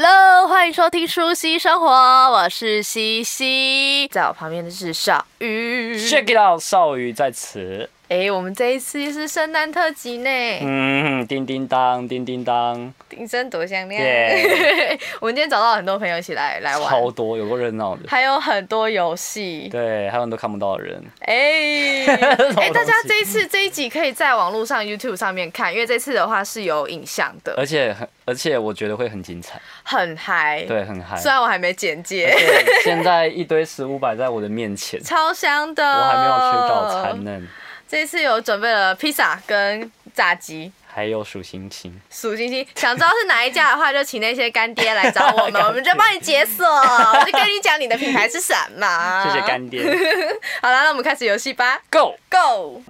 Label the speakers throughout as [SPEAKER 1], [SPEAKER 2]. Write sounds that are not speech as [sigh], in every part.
[SPEAKER 1] Hello，欢迎收听《舒西生活》，我是西西，在我旁边的是小鱼。
[SPEAKER 2] Check it out，少宇在此。
[SPEAKER 1] 哎，我们这一次是圣诞特辑呢，
[SPEAKER 2] 嗯，叮叮当，叮叮当，
[SPEAKER 1] 鼎声多响亮。
[SPEAKER 2] 耶
[SPEAKER 1] [laughs] 我们今天找到很多朋友一起来来玩，
[SPEAKER 2] 超多，有个热闹的。
[SPEAKER 1] 还有很多游戏。
[SPEAKER 2] 对，还有很多看不到的人。
[SPEAKER 1] 哎
[SPEAKER 2] [laughs] 什么东
[SPEAKER 1] 哎，
[SPEAKER 2] 西
[SPEAKER 1] 大家这一次这一集可以在网络上 YouTube 上面看，因为这次的话是有影像的，
[SPEAKER 2] 而且很，而且我觉得会很精彩。
[SPEAKER 1] 很嗨。，
[SPEAKER 2] 对，哎很嗨。
[SPEAKER 1] 虽然我还没剪
[SPEAKER 2] 而
[SPEAKER 1] 接，，
[SPEAKER 2] 且现在一堆食物摆在我的面前 [laughs]
[SPEAKER 1] 超香的。
[SPEAKER 2] 我还没有吃早餐。呢，
[SPEAKER 1] 这次有准备了披萨跟炸鸡。
[SPEAKER 2] 还有数星星。
[SPEAKER 1] 数星星，想知道是哪一家的话，就请那些干爹来找我
[SPEAKER 2] [laughs]
[SPEAKER 1] 们，我们就帮你解锁，我就跟你讲你的品牌是什么。
[SPEAKER 2] 谢谢。干 [laughs] 爹。
[SPEAKER 1] 好了，那我们开始游戏吧
[SPEAKER 2] Go。
[SPEAKER 1] ，Go！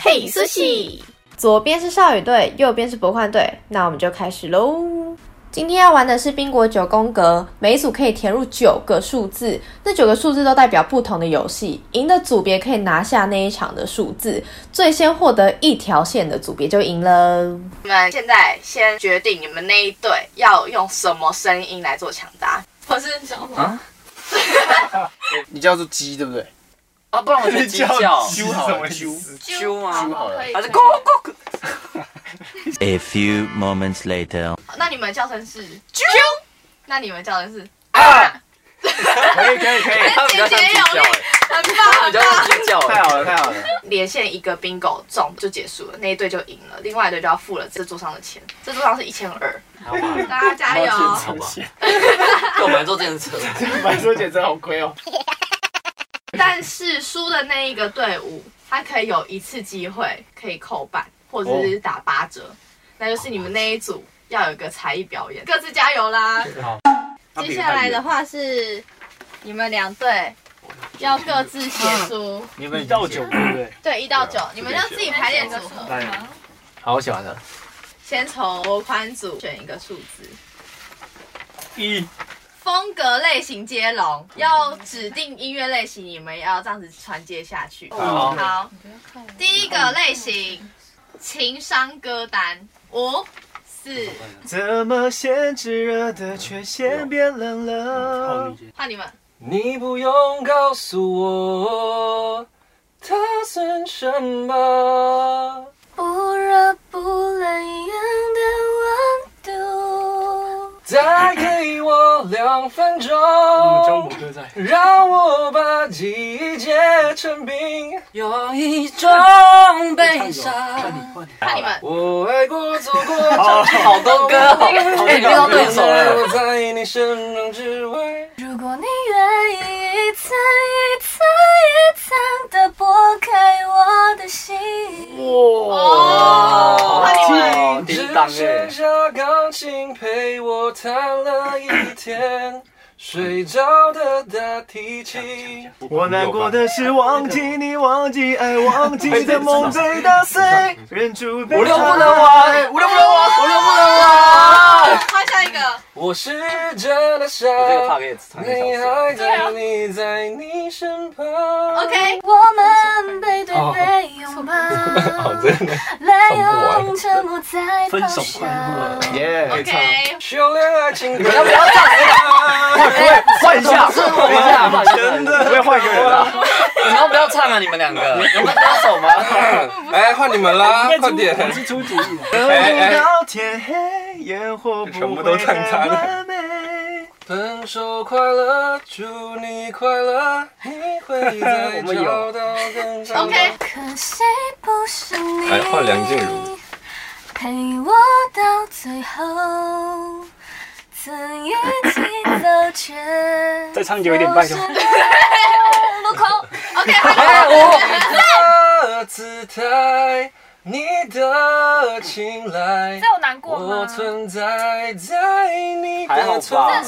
[SPEAKER 1] 嘿，苏西，左边是少羽队，右边是博幻队，那我们就开始喽。今天要玩的是宾果九宫格，每一组可以填入九个数字，那九个数字都代表不同的游戏。赢的组别可以拿下那一场的数字，最先获得一条线的组别就赢了。你们现在先决定你们那一队要用什么声音来做抢答，或是什么？
[SPEAKER 3] 你叫做鸡对不对？
[SPEAKER 2] 啊，不然我就鸡叫。
[SPEAKER 3] 啾好了，啾
[SPEAKER 2] 啾
[SPEAKER 3] 啾
[SPEAKER 2] 吗？
[SPEAKER 3] 好了。
[SPEAKER 2] 还是 Go Go？
[SPEAKER 4] A few moments later.
[SPEAKER 1] 哦那你们叫声是啾，那你们叫声是
[SPEAKER 2] 可以可以可以，他们比较像鸡
[SPEAKER 1] 很
[SPEAKER 2] 叫，哎他们
[SPEAKER 1] 棒
[SPEAKER 2] 比较像鸡叫。
[SPEAKER 3] 太
[SPEAKER 2] 哎
[SPEAKER 3] 好了，太好了！
[SPEAKER 1] 连线一个 bingo 中就结束了，那一队就赢了，另外一队就要付了这桌上的钱，这桌上是一千二，大家加油！
[SPEAKER 2] 好吧， [laughs] 对我们来做健身。
[SPEAKER 3] 买错简直好亏哦。
[SPEAKER 1] 但是输的那一个队伍，他可以有一次机会可以扣半，或者是打八折，那就是你们那一组要有一个才艺表演，各自加油啦！接下来的话是你们两队要各自写出，
[SPEAKER 3] 你们到九对不对？
[SPEAKER 1] 对，一到九，你们要自己排列组合。
[SPEAKER 3] 好，我写完了。
[SPEAKER 1] 先从宽组选一个数字，
[SPEAKER 3] 一，
[SPEAKER 1] 风格类型接龙，要指定音乐类型，你们也要这样子传接下去。
[SPEAKER 3] 好
[SPEAKER 1] 好，第一个类型情商歌单，五、四，
[SPEAKER 5] 怎么先炙热的却先变冷
[SPEAKER 3] 嗯
[SPEAKER 5] 了？
[SPEAKER 1] 换你们。
[SPEAKER 2] 你不用告诉我，他算什么？
[SPEAKER 6] 不热不冷一样的温度，
[SPEAKER 2] 再给我两分钟，
[SPEAKER 3] 哥在。
[SPEAKER 2] 让我把记忆结成冰。有一种悲伤，
[SPEAKER 1] 看你们，
[SPEAKER 2] 我爱过、走过、好多歌，哎，你遇到对手了。我在你身上只为
[SPEAKER 6] 如果你愿意一层一层一层的剥开我的心，
[SPEAKER 1] 哦
[SPEAKER 3] 哇，
[SPEAKER 2] 哦
[SPEAKER 3] 叮
[SPEAKER 2] 只
[SPEAKER 3] 当
[SPEAKER 2] 剩
[SPEAKER 3] 哎，
[SPEAKER 2] 下钢琴陪我弹了一天，睡着的大提琴。
[SPEAKER 5] 我难过的是忘记你，忘记爱，忘记在梦最打碎，忍住悲
[SPEAKER 2] 五六不啊
[SPEAKER 5] 伤
[SPEAKER 2] 能玩，五六不能玩，五六不能
[SPEAKER 5] 啊
[SPEAKER 2] 玩。
[SPEAKER 1] 换下一个。
[SPEAKER 2] 我是真的傻，你还在你在你身旁。
[SPEAKER 1] OK，
[SPEAKER 6] 我们背对背拥 [laughs] 抱，来用沉默在咆哮。
[SPEAKER 3] 耶！
[SPEAKER 1] OK，
[SPEAKER 2] 修炼爱情，不要不要唱，
[SPEAKER 5] 换一下，
[SPEAKER 2] 等一下，
[SPEAKER 5] 真的，我要换一个人
[SPEAKER 3] 啊
[SPEAKER 5] 了。
[SPEAKER 2] 你们不要唱啊，你们两个，你们搭手吗？
[SPEAKER 7] 哎，换你们啦，快点！
[SPEAKER 5] 等到天黑，烟火不会太完美。
[SPEAKER 2] 分手快乐，祝你快乐，你会再找到更好。
[SPEAKER 1] OK
[SPEAKER 6] 可惜不是你
[SPEAKER 7] 哎换梁静茹
[SPEAKER 6] 陪我到最后，曾一起 [laughs] 走着，再唱久一点半就好。落空，
[SPEAKER 1] OK，换你
[SPEAKER 2] 爱
[SPEAKER 1] 们。
[SPEAKER 2] 我的姿态，你的青睐，
[SPEAKER 6] 这有难过
[SPEAKER 2] 我
[SPEAKER 6] 吗？
[SPEAKER 2] 存在在你
[SPEAKER 3] 还好吧
[SPEAKER 2] 的存
[SPEAKER 6] 难过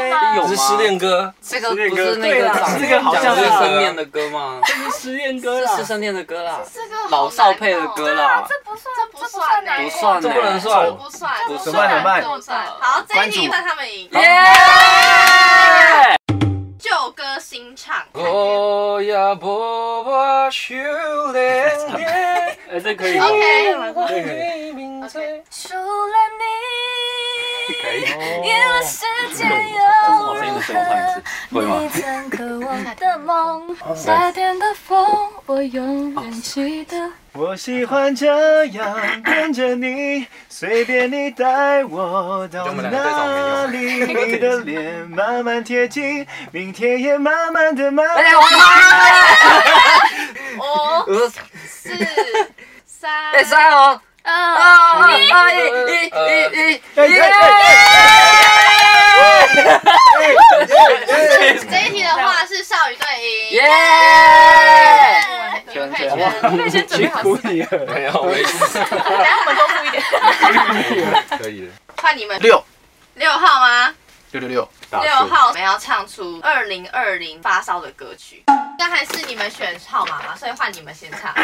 [SPEAKER 2] 在。
[SPEAKER 6] 吗
[SPEAKER 2] 这是失恋歌，这个
[SPEAKER 5] 不是那个长
[SPEAKER 3] 这个好像
[SPEAKER 7] 是
[SPEAKER 3] 是
[SPEAKER 7] 失恋
[SPEAKER 2] 的歌吗？
[SPEAKER 3] 失恋歌
[SPEAKER 7] 是失恋的歌啦，
[SPEAKER 1] 这个好难哦
[SPEAKER 7] 老少配的歌，啦。
[SPEAKER 6] 这不算，欸
[SPEAKER 1] 不不算难过，
[SPEAKER 8] 不算
[SPEAKER 1] 这
[SPEAKER 8] 难
[SPEAKER 1] 不能
[SPEAKER 8] 过
[SPEAKER 1] 这不算，这不算
[SPEAKER 5] 怎么办
[SPEAKER 1] 难过，好，这一题算他们赢。旧歌新唱，
[SPEAKER 2] 我要不把修炼练，
[SPEAKER 9] 哎，这可以。
[SPEAKER 2] 为明天。
[SPEAKER 6] 除了你，娱乐世界又如何？你曾渴望的梦，夏天的风，我永远记得。
[SPEAKER 5] 我喜欢这样跟着你，随便你带我到哪里，你的脸慢慢贴近，明天也慢慢的慢慢地。
[SPEAKER 1] 五、四、三，
[SPEAKER 6] 啊，
[SPEAKER 1] 这
[SPEAKER 5] 哎哎哎
[SPEAKER 1] 一题的话是少女队赢。你们可以去
[SPEAKER 7] 可以先准备好，
[SPEAKER 2] 没有，我
[SPEAKER 7] 等下我们公布一点。
[SPEAKER 2] 可以的。
[SPEAKER 1] 换你们
[SPEAKER 9] 六
[SPEAKER 1] 六号吗？
[SPEAKER 9] 六六六，
[SPEAKER 1] 六号我们要唱出二零二零发烧的歌曲。刚才是你们选号码嘛，所以换你们先
[SPEAKER 9] [coughs]
[SPEAKER 1] 唱。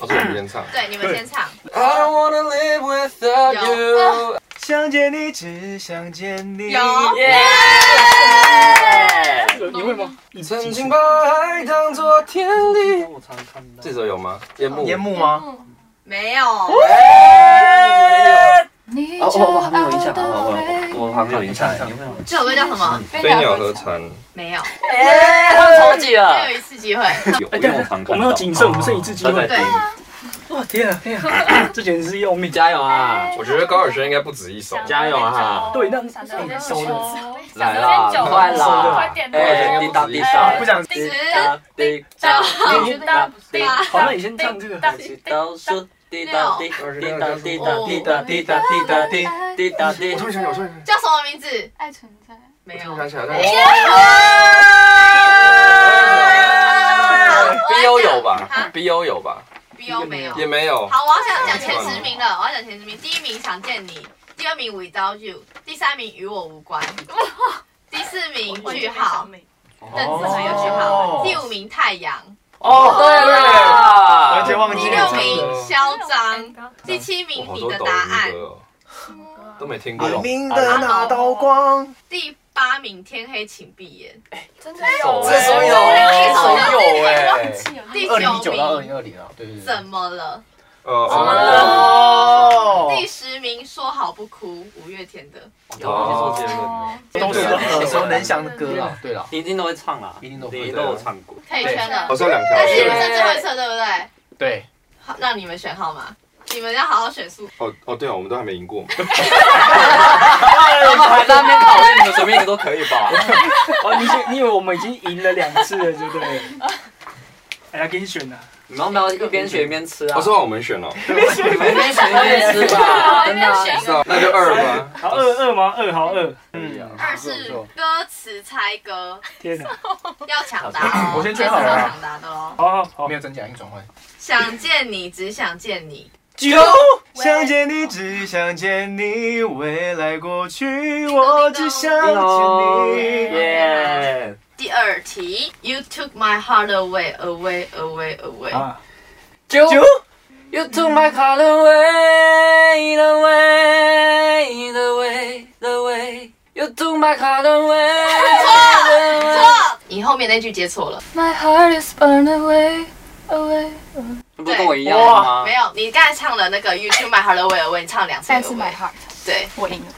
[SPEAKER 2] 我是我先唱。
[SPEAKER 1] 对，你们先唱。
[SPEAKER 2] I don't wanna live without you。
[SPEAKER 5] 想见你，只想见你。
[SPEAKER 1] 有
[SPEAKER 9] 你会吗？
[SPEAKER 2] 曾经把爱当作天地。
[SPEAKER 9] 我常看到
[SPEAKER 2] 这首有吗？夜幕。
[SPEAKER 5] 烟幕吗？
[SPEAKER 1] 没有？
[SPEAKER 6] 你
[SPEAKER 9] 哦
[SPEAKER 6] 骄
[SPEAKER 9] 哦，我
[SPEAKER 6] 傲
[SPEAKER 9] 还没有影响，
[SPEAKER 6] 的
[SPEAKER 9] 我我我还没有影响。
[SPEAKER 1] 这首歌叫什么？
[SPEAKER 2] 飞鸟和蝉。
[SPEAKER 1] 没有，
[SPEAKER 9] 啊
[SPEAKER 7] 超级了
[SPEAKER 1] 还有一次机会。
[SPEAKER 9] 有，我们有谨慎，我们剩一次机会。
[SPEAKER 1] 对，
[SPEAKER 9] 哇天啊天啊，这简直是要命！加油啊！
[SPEAKER 2] 我觉得高尔宣应该不止一首。
[SPEAKER 7] 加油啊！
[SPEAKER 9] 对，那
[SPEAKER 7] 想着
[SPEAKER 9] 收的
[SPEAKER 7] 来啦，快啦，快点，
[SPEAKER 2] 滴答滴
[SPEAKER 7] 答
[SPEAKER 5] 不想
[SPEAKER 1] 十、
[SPEAKER 7] 滴答滴答滴答，
[SPEAKER 9] 好，那你先唱这个。
[SPEAKER 7] 倒数滴答滴滴答滴答滴答滴答滴答滴滴答滴。
[SPEAKER 2] 突然想起来，我突然
[SPEAKER 1] 叫什么名字？
[SPEAKER 6] 爱存在。
[SPEAKER 1] 没有。
[SPEAKER 2] 想起来，
[SPEAKER 1] B
[SPEAKER 2] B O 有吧？B O 有吧？
[SPEAKER 1] B O 没有。
[SPEAKER 2] 也没有。
[SPEAKER 1] 好，我要想讲前十名了，我要讲前十名。第一名想见你，第二名 Without You，第三名与我无关，第四名句号，邓紫棋有句号，第五名太阳，
[SPEAKER 9] 哦，对了，
[SPEAKER 5] 完全忘
[SPEAKER 1] 第
[SPEAKER 5] 记
[SPEAKER 1] 六
[SPEAKER 5] 了。
[SPEAKER 1] 名嚣张，第七名你的答案，
[SPEAKER 2] 都没听过。
[SPEAKER 5] 明的那道光，
[SPEAKER 1] 第八名天黑请闭眼，
[SPEAKER 7] 真的有
[SPEAKER 9] 这首有，这首哎有哎。
[SPEAKER 1] 第
[SPEAKER 9] 二零一
[SPEAKER 1] 九
[SPEAKER 9] 九到二
[SPEAKER 1] 名
[SPEAKER 9] 零二零啊，对对对
[SPEAKER 1] 怎。么了？
[SPEAKER 2] 呃，
[SPEAKER 5] 哦
[SPEAKER 1] 第十名说好不哭，五月天的。
[SPEAKER 2] 哦
[SPEAKER 5] 都是耳熟能详的歌
[SPEAKER 9] 对
[SPEAKER 5] 了
[SPEAKER 9] 了。对了，
[SPEAKER 7] 你一定都会唱啦，
[SPEAKER 9] 一定都会
[SPEAKER 7] 你都有唱过。
[SPEAKER 1] 可以圈了
[SPEAKER 2] 好。像两条
[SPEAKER 1] 但是你们是
[SPEAKER 2] 线。
[SPEAKER 1] 最后一册，对不对？
[SPEAKER 9] 对，
[SPEAKER 1] 好，让你们选号码，你们要好好选数。
[SPEAKER 2] 哦哦，对哦，我们都还没赢过。
[SPEAKER 7] 我们还在那边考虑，你们随便一个都可以吧？
[SPEAKER 9] 哦，你先，你以为我们已经赢了两次了，对不
[SPEAKER 5] [laughs]
[SPEAKER 9] 对？哎呀，给你选的，
[SPEAKER 5] 啊
[SPEAKER 7] 你们要不要一边学一边吃啊？
[SPEAKER 2] 我说我们选哦，
[SPEAKER 7] 你们一边学一边吃吧，真的啊。
[SPEAKER 2] 是啊，那就二吧。
[SPEAKER 9] 好二二吗？二好二，
[SPEAKER 5] 嗯，
[SPEAKER 1] 二是歌词猜歌，
[SPEAKER 9] 天哪，
[SPEAKER 1] 要抢答哦。
[SPEAKER 5] 我先圈好了
[SPEAKER 1] 这是要抢答的哦。
[SPEAKER 9] 好好好
[SPEAKER 5] 没，有真假硬转换。
[SPEAKER 1] 想见你，只想见你。
[SPEAKER 5] 九，想见你，只想见你，未来过去，我只想见你。
[SPEAKER 7] 耶！
[SPEAKER 1] 第二题，You took my heart away, away, away, away。
[SPEAKER 9] 啊，
[SPEAKER 7] 九，You took my heart away, away, away, away. You took my heart away.
[SPEAKER 1] 错，你后面那句接错了。
[SPEAKER 6] My heart is burned away, away。
[SPEAKER 7] 你不跟我一样吗
[SPEAKER 1] 没？有，你刚才唱了那个 You took my heart away, away，你唱两次。
[SPEAKER 7] 但是
[SPEAKER 1] away
[SPEAKER 6] heart，
[SPEAKER 1] 对，
[SPEAKER 6] 我赢了。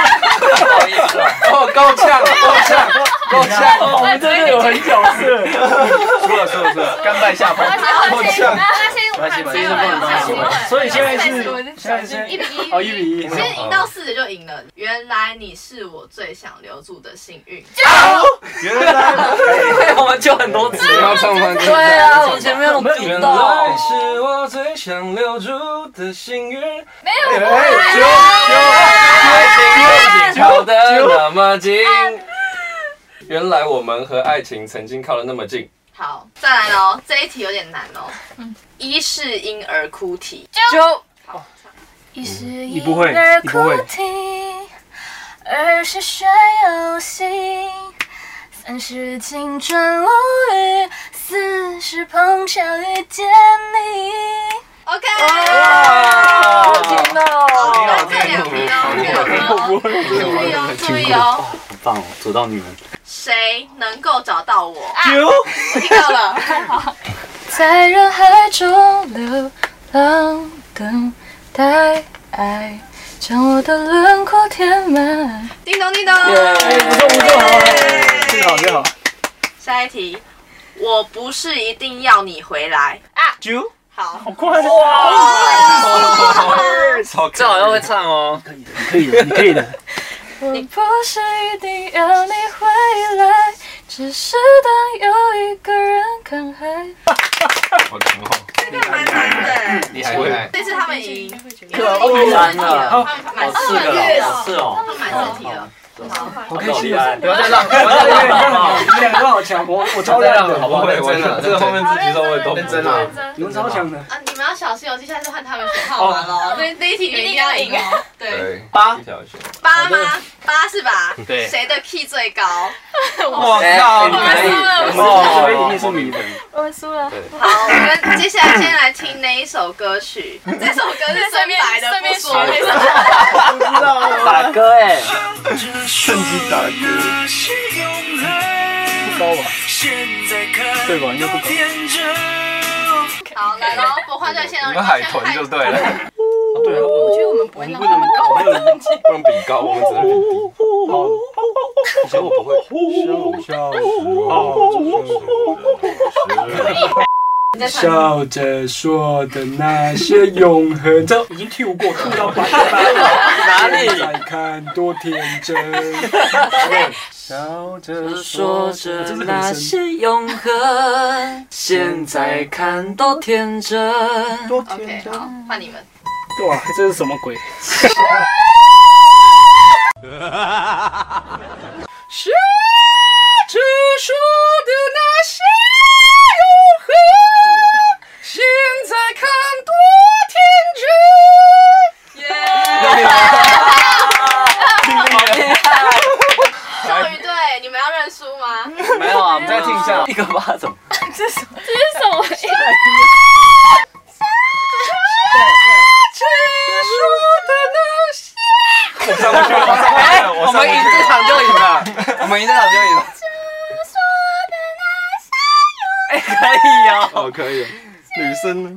[SPEAKER 2] 哦，够呛，够呛，够呛，
[SPEAKER 9] 我们真的有很角色，
[SPEAKER 5] 输了，输了，输了，甘拜下风。
[SPEAKER 2] 够呛。
[SPEAKER 5] 没关系，没关系，
[SPEAKER 9] 所以现在是现在是
[SPEAKER 1] 一比一。
[SPEAKER 9] 哦一比一，
[SPEAKER 1] 先赢到四就赢了。原来你是我最想留住的幸运。
[SPEAKER 5] 原来
[SPEAKER 7] 对，我们就很多次。
[SPEAKER 2] 你要唱翻
[SPEAKER 7] 对啊，我们前面有读
[SPEAKER 2] 原
[SPEAKER 7] 到
[SPEAKER 2] 来。是我最想留住的幸运，
[SPEAKER 9] 哎
[SPEAKER 2] 爱情靠得那么近。原来我们和爱情曾经靠得那么近。
[SPEAKER 1] 好，再来喽，这一题有点难哦。一是婴儿哭啼，
[SPEAKER 7] 九，
[SPEAKER 6] 一是
[SPEAKER 9] 你不会
[SPEAKER 6] 儿
[SPEAKER 9] 你不会
[SPEAKER 6] 哭啼，二是学游戏，三是青春无语，四是碰巧遇见你。
[SPEAKER 1] OK，
[SPEAKER 7] 哇好
[SPEAKER 1] 行
[SPEAKER 7] 听
[SPEAKER 1] 哦，这两题哦，这两题哦，注意哦，注意哦，
[SPEAKER 7] 好棒哦，找到你们。
[SPEAKER 1] 谁能够找到我？
[SPEAKER 7] 有
[SPEAKER 1] 我听到了，
[SPEAKER 6] 在人海中流浪，等待爱将我的轮廓填满。
[SPEAKER 1] 叮咚叮咚，
[SPEAKER 9] 最好最好。
[SPEAKER 1] 下一题，我不是一定要你回来啊，
[SPEAKER 9] 啾，
[SPEAKER 1] 好，
[SPEAKER 9] 好快的，
[SPEAKER 7] 这好像会唱哦。
[SPEAKER 9] 可以的，你可以的。
[SPEAKER 6] 我不是一定要你回来，只是当有一个人看海。
[SPEAKER 2] 好强哦！
[SPEAKER 1] 这个蛮难的，
[SPEAKER 2] 厉害厉害！
[SPEAKER 1] 这次他们赢，
[SPEAKER 7] 可恶
[SPEAKER 1] 难他
[SPEAKER 7] 了
[SPEAKER 1] 们
[SPEAKER 7] 好
[SPEAKER 1] 蛮
[SPEAKER 7] 是
[SPEAKER 1] 正题
[SPEAKER 7] 的，
[SPEAKER 1] 的，
[SPEAKER 7] 好是哦，
[SPEAKER 1] 他们蛮正题的，好，
[SPEAKER 9] 好
[SPEAKER 7] 好厉害，
[SPEAKER 9] 不要再浪，不要再浪，你们两个都好强，我我超烂的，好不
[SPEAKER 2] 不
[SPEAKER 9] 好？
[SPEAKER 2] 会，真的，这个后面自己都会都
[SPEAKER 8] 认真啊！
[SPEAKER 9] 你们超强的。
[SPEAKER 1] 啊，你们要小心哦，接下来是换他们选号码喽。这这一题你们哦一定要赢 [laughs] 哦。对，
[SPEAKER 2] 对，
[SPEAKER 7] 八
[SPEAKER 2] 一条线
[SPEAKER 1] 八吗？八是吧？
[SPEAKER 7] 对
[SPEAKER 1] 谁的 key 最高？
[SPEAKER 7] 哇靠，你可以，
[SPEAKER 9] 所以一定是你的。
[SPEAKER 6] 我们输了，
[SPEAKER 1] 好，我们接下来先来听那一首歌曲。这首歌是孙白的，不说那首。
[SPEAKER 7] 打歌哎，
[SPEAKER 9] 不高吧？对吧？应该不高。
[SPEAKER 1] 好，来喽，不换对线喽。
[SPEAKER 2] 你们海豚就对 [laughs] 了，
[SPEAKER 9] 对啊，我觉得我们不会那么高。
[SPEAKER 2] 不能比高，我们只能比低。
[SPEAKER 7] 以前我不会，
[SPEAKER 1] 你在唱。
[SPEAKER 9] 笑着说的那些永恒，这已经 Q 过，Q 到白了。
[SPEAKER 7] 哪
[SPEAKER 9] [laughs]
[SPEAKER 7] 里？
[SPEAKER 9] 再看多天真，
[SPEAKER 5] 笑着
[SPEAKER 7] 说着那些永恒，现在看都天真。
[SPEAKER 5] 多
[SPEAKER 1] OK，
[SPEAKER 5] 天真。
[SPEAKER 1] 好，换你们。啊
[SPEAKER 9] 哇，这是什么鬼？ [laughs]
[SPEAKER 1] 终于对，你们要认输吗？
[SPEAKER 7] 没有啊，我们再听一下，一个巴掌。哎，我们赢这场就赢了，我们赢这场就赢了。哎，可以哦。
[SPEAKER 2] 哦，可以，
[SPEAKER 5] 女生呢？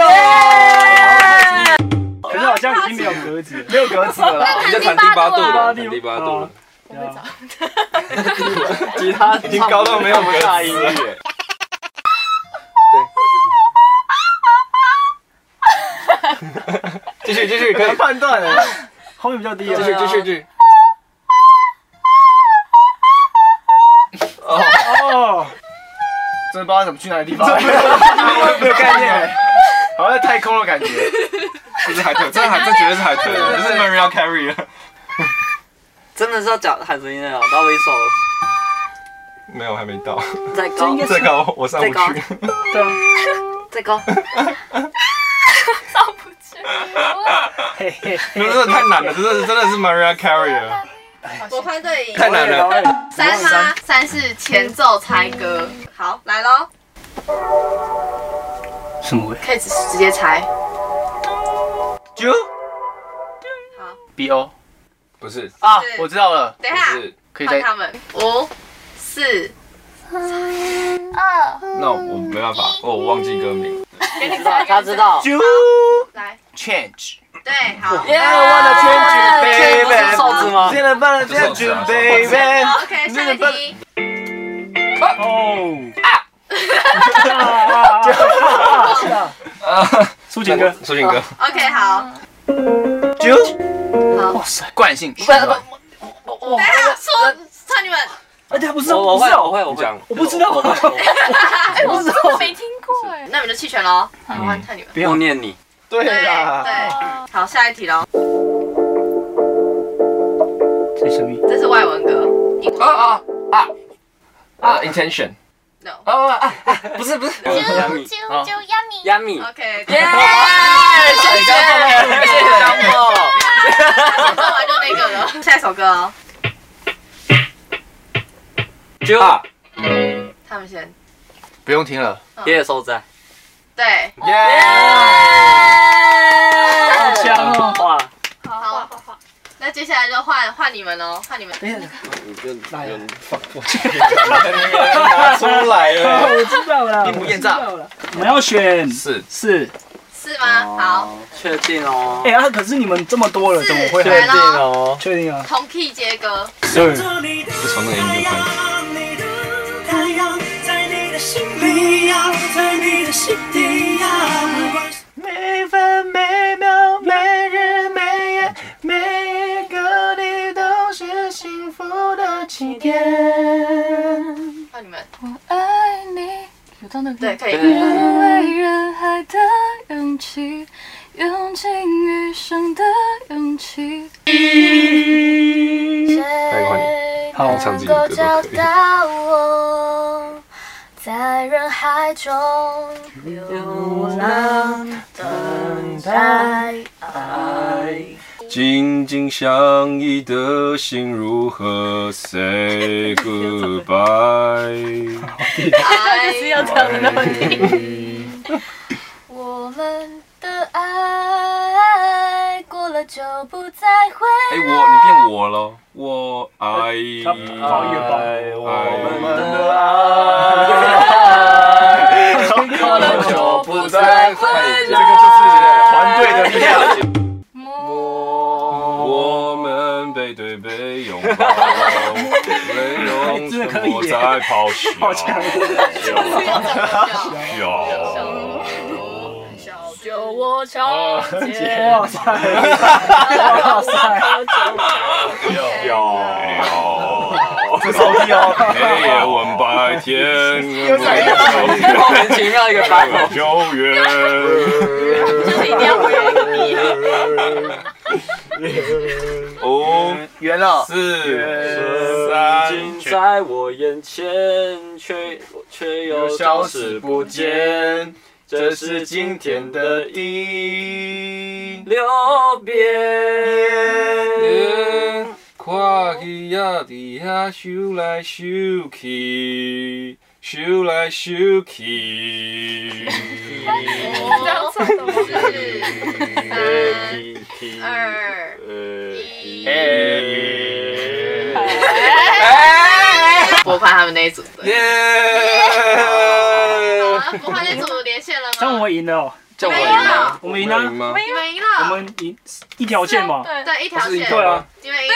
[SPEAKER 9] 哎可是好像已经没有格子了。
[SPEAKER 5] 没有格子了啦，
[SPEAKER 2] 你就弹第八度了，
[SPEAKER 9] 第
[SPEAKER 2] 弹第
[SPEAKER 9] 八度了
[SPEAKER 2] 八度了，
[SPEAKER 7] 吉他已
[SPEAKER 2] 已经高到没有格子了。 [laughs] 对，继啊续继续可以，
[SPEAKER 5] 难判断了。
[SPEAKER 9] 后面比较低
[SPEAKER 2] 继续
[SPEAKER 9] 啊。
[SPEAKER 2] 继续继续。
[SPEAKER 9] 哦，
[SPEAKER 5] 真的不知道怎么去哪个地方，没有概念，好像在太空的感觉。
[SPEAKER 2] 这是海豚，这海这绝对是海豚，不是 Maria Carey 了。
[SPEAKER 7] 真的是要讲海豚音了，到一首
[SPEAKER 2] 没有，还没到，
[SPEAKER 7] 再高
[SPEAKER 2] 这个我上不
[SPEAKER 7] 这
[SPEAKER 2] 去。
[SPEAKER 9] 对啊，
[SPEAKER 7] 再高，
[SPEAKER 9] 嘿嘿，
[SPEAKER 2] 你们真的太难了，真的是真的是 Maria Carey 了，
[SPEAKER 1] 我换对赢。
[SPEAKER 2] 太难了。
[SPEAKER 1] 三吗？三是前奏猜歌。好，来喽，
[SPEAKER 9] 什么鬼？
[SPEAKER 1] 可以直直接猜。
[SPEAKER 5] 啾
[SPEAKER 1] 好
[SPEAKER 5] ，B O
[SPEAKER 2] 不是，
[SPEAKER 5] 啊，我知道了，
[SPEAKER 1] 等一
[SPEAKER 2] 不
[SPEAKER 1] 下，
[SPEAKER 2] 是，
[SPEAKER 5] 可以
[SPEAKER 1] 换
[SPEAKER 5] 再
[SPEAKER 1] 他们。五、四，
[SPEAKER 2] 那我没办法，哦，我忘记歌名。
[SPEAKER 1] 给你猜
[SPEAKER 7] 他他知道。
[SPEAKER 5] 啾
[SPEAKER 1] 来，
[SPEAKER 5] change。
[SPEAKER 1] 对，好。哦
[SPEAKER 7] 耶，
[SPEAKER 5] I wanna change,
[SPEAKER 7] 这不
[SPEAKER 5] baby
[SPEAKER 7] 是瘦子吗？
[SPEAKER 5] 现在办了这样
[SPEAKER 2] 就是
[SPEAKER 5] 准
[SPEAKER 2] 我知道
[SPEAKER 5] 备呗。
[SPEAKER 1] OK，下一题。
[SPEAKER 9] 哦啊！苏锦哥，
[SPEAKER 2] 苏俊哥，
[SPEAKER 1] OK，好。
[SPEAKER 5] 啾，
[SPEAKER 1] 好
[SPEAKER 5] 哇塞，惯性。
[SPEAKER 1] 等一下，说唱你们。
[SPEAKER 9] 而且不是
[SPEAKER 7] 我我
[SPEAKER 9] 不
[SPEAKER 7] 会
[SPEAKER 9] 是
[SPEAKER 7] 我会我
[SPEAKER 2] 你
[SPEAKER 7] 会
[SPEAKER 2] 讲，
[SPEAKER 9] 我不知道
[SPEAKER 7] 我会我会
[SPEAKER 1] 哎
[SPEAKER 6] 我真的没听过哎。
[SPEAKER 1] 那你们就弃权喽。好，换唱你们。
[SPEAKER 7] 我念你。
[SPEAKER 5] 对
[SPEAKER 1] 对
[SPEAKER 5] 啦，
[SPEAKER 6] 哎
[SPEAKER 1] 对，好，下一题喽。
[SPEAKER 9] 这什么？
[SPEAKER 1] 这是外文歌，英文。
[SPEAKER 2] 啊啊啊！Intention，
[SPEAKER 1] No。
[SPEAKER 7] 哦啊，不是不是，亚米
[SPEAKER 5] 好
[SPEAKER 7] 亚米。
[SPEAKER 1] OK。
[SPEAKER 7] 耶！谢谢，谢谢张总。
[SPEAKER 1] 唱完就那个了。下一首歌哦。
[SPEAKER 7] 就
[SPEAKER 1] 他他们先。
[SPEAKER 10] 不用听了，
[SPEAKER 1] 嗯
[SPEAKER 7] 也收在。
[SPEAKER 1] 对，
[SPEAKER 10] 耶！
[SPEAKER 7] 好强哦！哇，
[SPEAKER 1] 好，好，好，好那接下来就换换你们喽，换你们。
[SPEAKER 10] 你就人放过去，你在那边拿出来
[SPEAKER 5] [laughs]
[SPEAKER 10] 了，
[SPEAKER 9] 我知道了，
[SPEAKER 10] 你不验证，
[SPEAKER 9] 我们要选四四。
[SPEAKER 1] 是吗？好，
[SPEAKER 7] 确定哦。
[SPEAKER 9] 哎啊，可是你们这么多了，怎么会
[SPEAKER 1] 确定
[SPEAKER 9] 哦？确定啊？
[SPEAKER 1] 同 key 接歌。
[SPEAKER 9] 对，
[SPEAKER 10] 就从那个音乐开始。
[SPEAKER 11] 太阳在你的心里呀，在你的心底呀。
[SPEAKER 5] 每分每秒，每日每夜，每一个你都是幸福的起点。
[SPEAKER 1] 换你们。
[SPEAKER 6] 我爱你，有到那个
[SPEAKER 1] 对可以
[SPEAKER 6] 人为人海的勇气，用尽余生的勇气。谁
[SPEAKER 2] 好我唱
[SPEAKER 6] 能
[SPEAKER 2] 自己的
[SPEAKER 6] 够
[SPEAKER 2] 歌都
[SPEAKER 6] 找
[SPEAKER 2] 可以
[SPEAKER 6] 到我，在人海中流浪等待爱。
[SPEAKER 2] 紧紧相依的心如何 say goodbye？
[SPEAKER 6] 是要唱的那 [laughs] 我们的爱过了就不再回
[SPEAKER 2] 哎，我
[SPEAKER 6] 来。
[SPEAKER 2] 你变我了，我爱
[SPEAKER 7] 哎
[SPEAKER 9] 他跑一个包
[SPEAKER 2] 爱
[SPEAKER 10] 我们的爱，过了就不再回来。这个就是团队的力量。
[SPEAKER 2] 我们背对背拥抱，泪
[SPEAKER 9] 哎
[SPEAKER 2] 融
[SPEAKER 9] 真的可
[SPEAKER 2] 沉
[SPEAKER 9] 以
[SPEAKER 2] 默
[SPEAKER 9] 耶
[SPEAKER 2] 在咆哮。
[SPEAKER 9] 好强
[SPEAKER 2] 有
[SPEAKER 6] 就我长街，
[SPEAKER 9] 哇塞！哇塞！
[SPEAKER 2] 有有，这手机哦。黑夜问白天，
[SPEAKER 7] 又在莫名其妙一个白头。
[SPEAKER 2] 九月。
[SPEAKER 1] 就是一定要回
[SPEAKER 2] 五
[SPEAKER 10] 圆了，
[SPEAKER 2] 四
[SPEAKER 7] 近
[SPEAKER 2] 三，
[SPEAKER 7] 在我眼前，却却又消失不见。这是今天的
[SPEAKER 10] 第
[SPEAKER 7] 六遍。
[SPEAKER 2] 看起呀，伫遐想来想去，想来想去。 [laughs]
[SPEAKER 1] 二啊我怕他们那一组的。
[SPEAKER 2] 耶！
[SPEAKER 1] 好了，不换那组连线了吗？
[SPEAKER 9] 这样我们赢了哦，
[SPEAKER 10] 叫我
[SPEAKER 1] 没了，
[SPEAKER 9] 我们赢了，
[SPEAKER 10] 吗？
[SPEAKER 1] 你们赢
[SPEAKER 9] 我
[SPEAKER 1] 了，
[SPEAKER 9] 们赢一条线嘛。
[SPEAKER 1] 对 [laughs] 一条
[SPEAKER 10] 不是
[SPEAKER 1] 线，
[SPEAKER 10] 对
[SPEAKER 9] 啊
[SPEAKER 1] 你们赢了。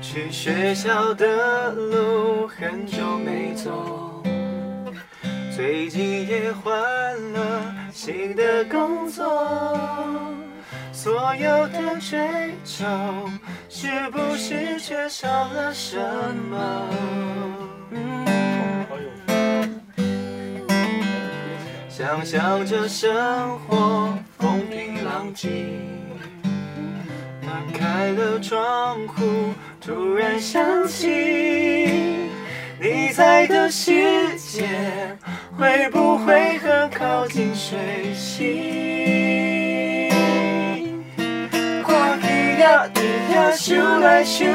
[SPEAKER 5] 去学校的路很久没走，最近也换了新的工作，所有的追求是不是缺少了什么？嗯想象着生活风平浪静。打开了窗户，突然想起你在的世界会不会很靠近水星？看起呀，伫遐想来想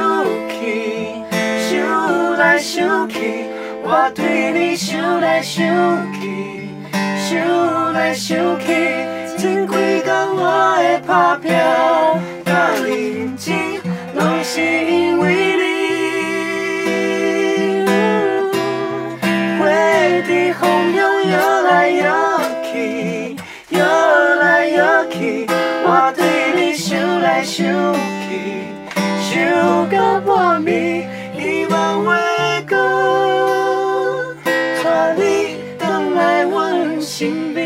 [SPEAKER 5] 去，想来想去，我对你想来想去，想来想去，前几工我的打拼甲认真，拢是因为你。花在风中摇来摇去，摇来摇去，我对你想来想去，想到半暝，希望我讲，带你回来阮身边。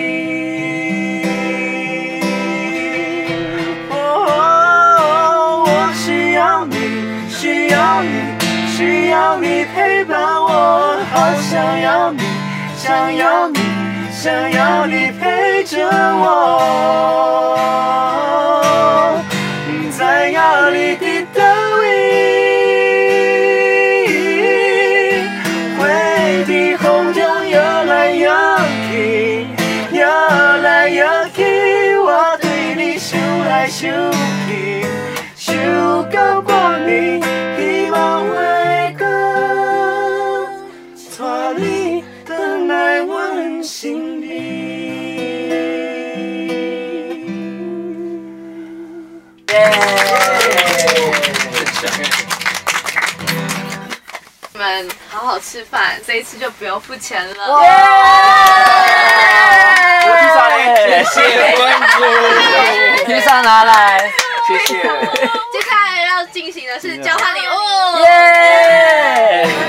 [SPEAKER 5] 哦，我需要你，需要你，需要你陪伴我，好想要你，想要你，想要你陪着我，不知影你伫倒位，花伫风中摇来摇去，摇
[SPEAKER 1] 们好好吃饭，这一次就不用付钱了。
[SPEAKER 7] 我披萨嘞，
[SPEAKER 1] 谢谢
[SPEAKER 7] 关注，披萨拿来，谢谢。
[SPEAKER 1] 接下来要进行的是交换礼物。
[SPEAKER 7] 耶！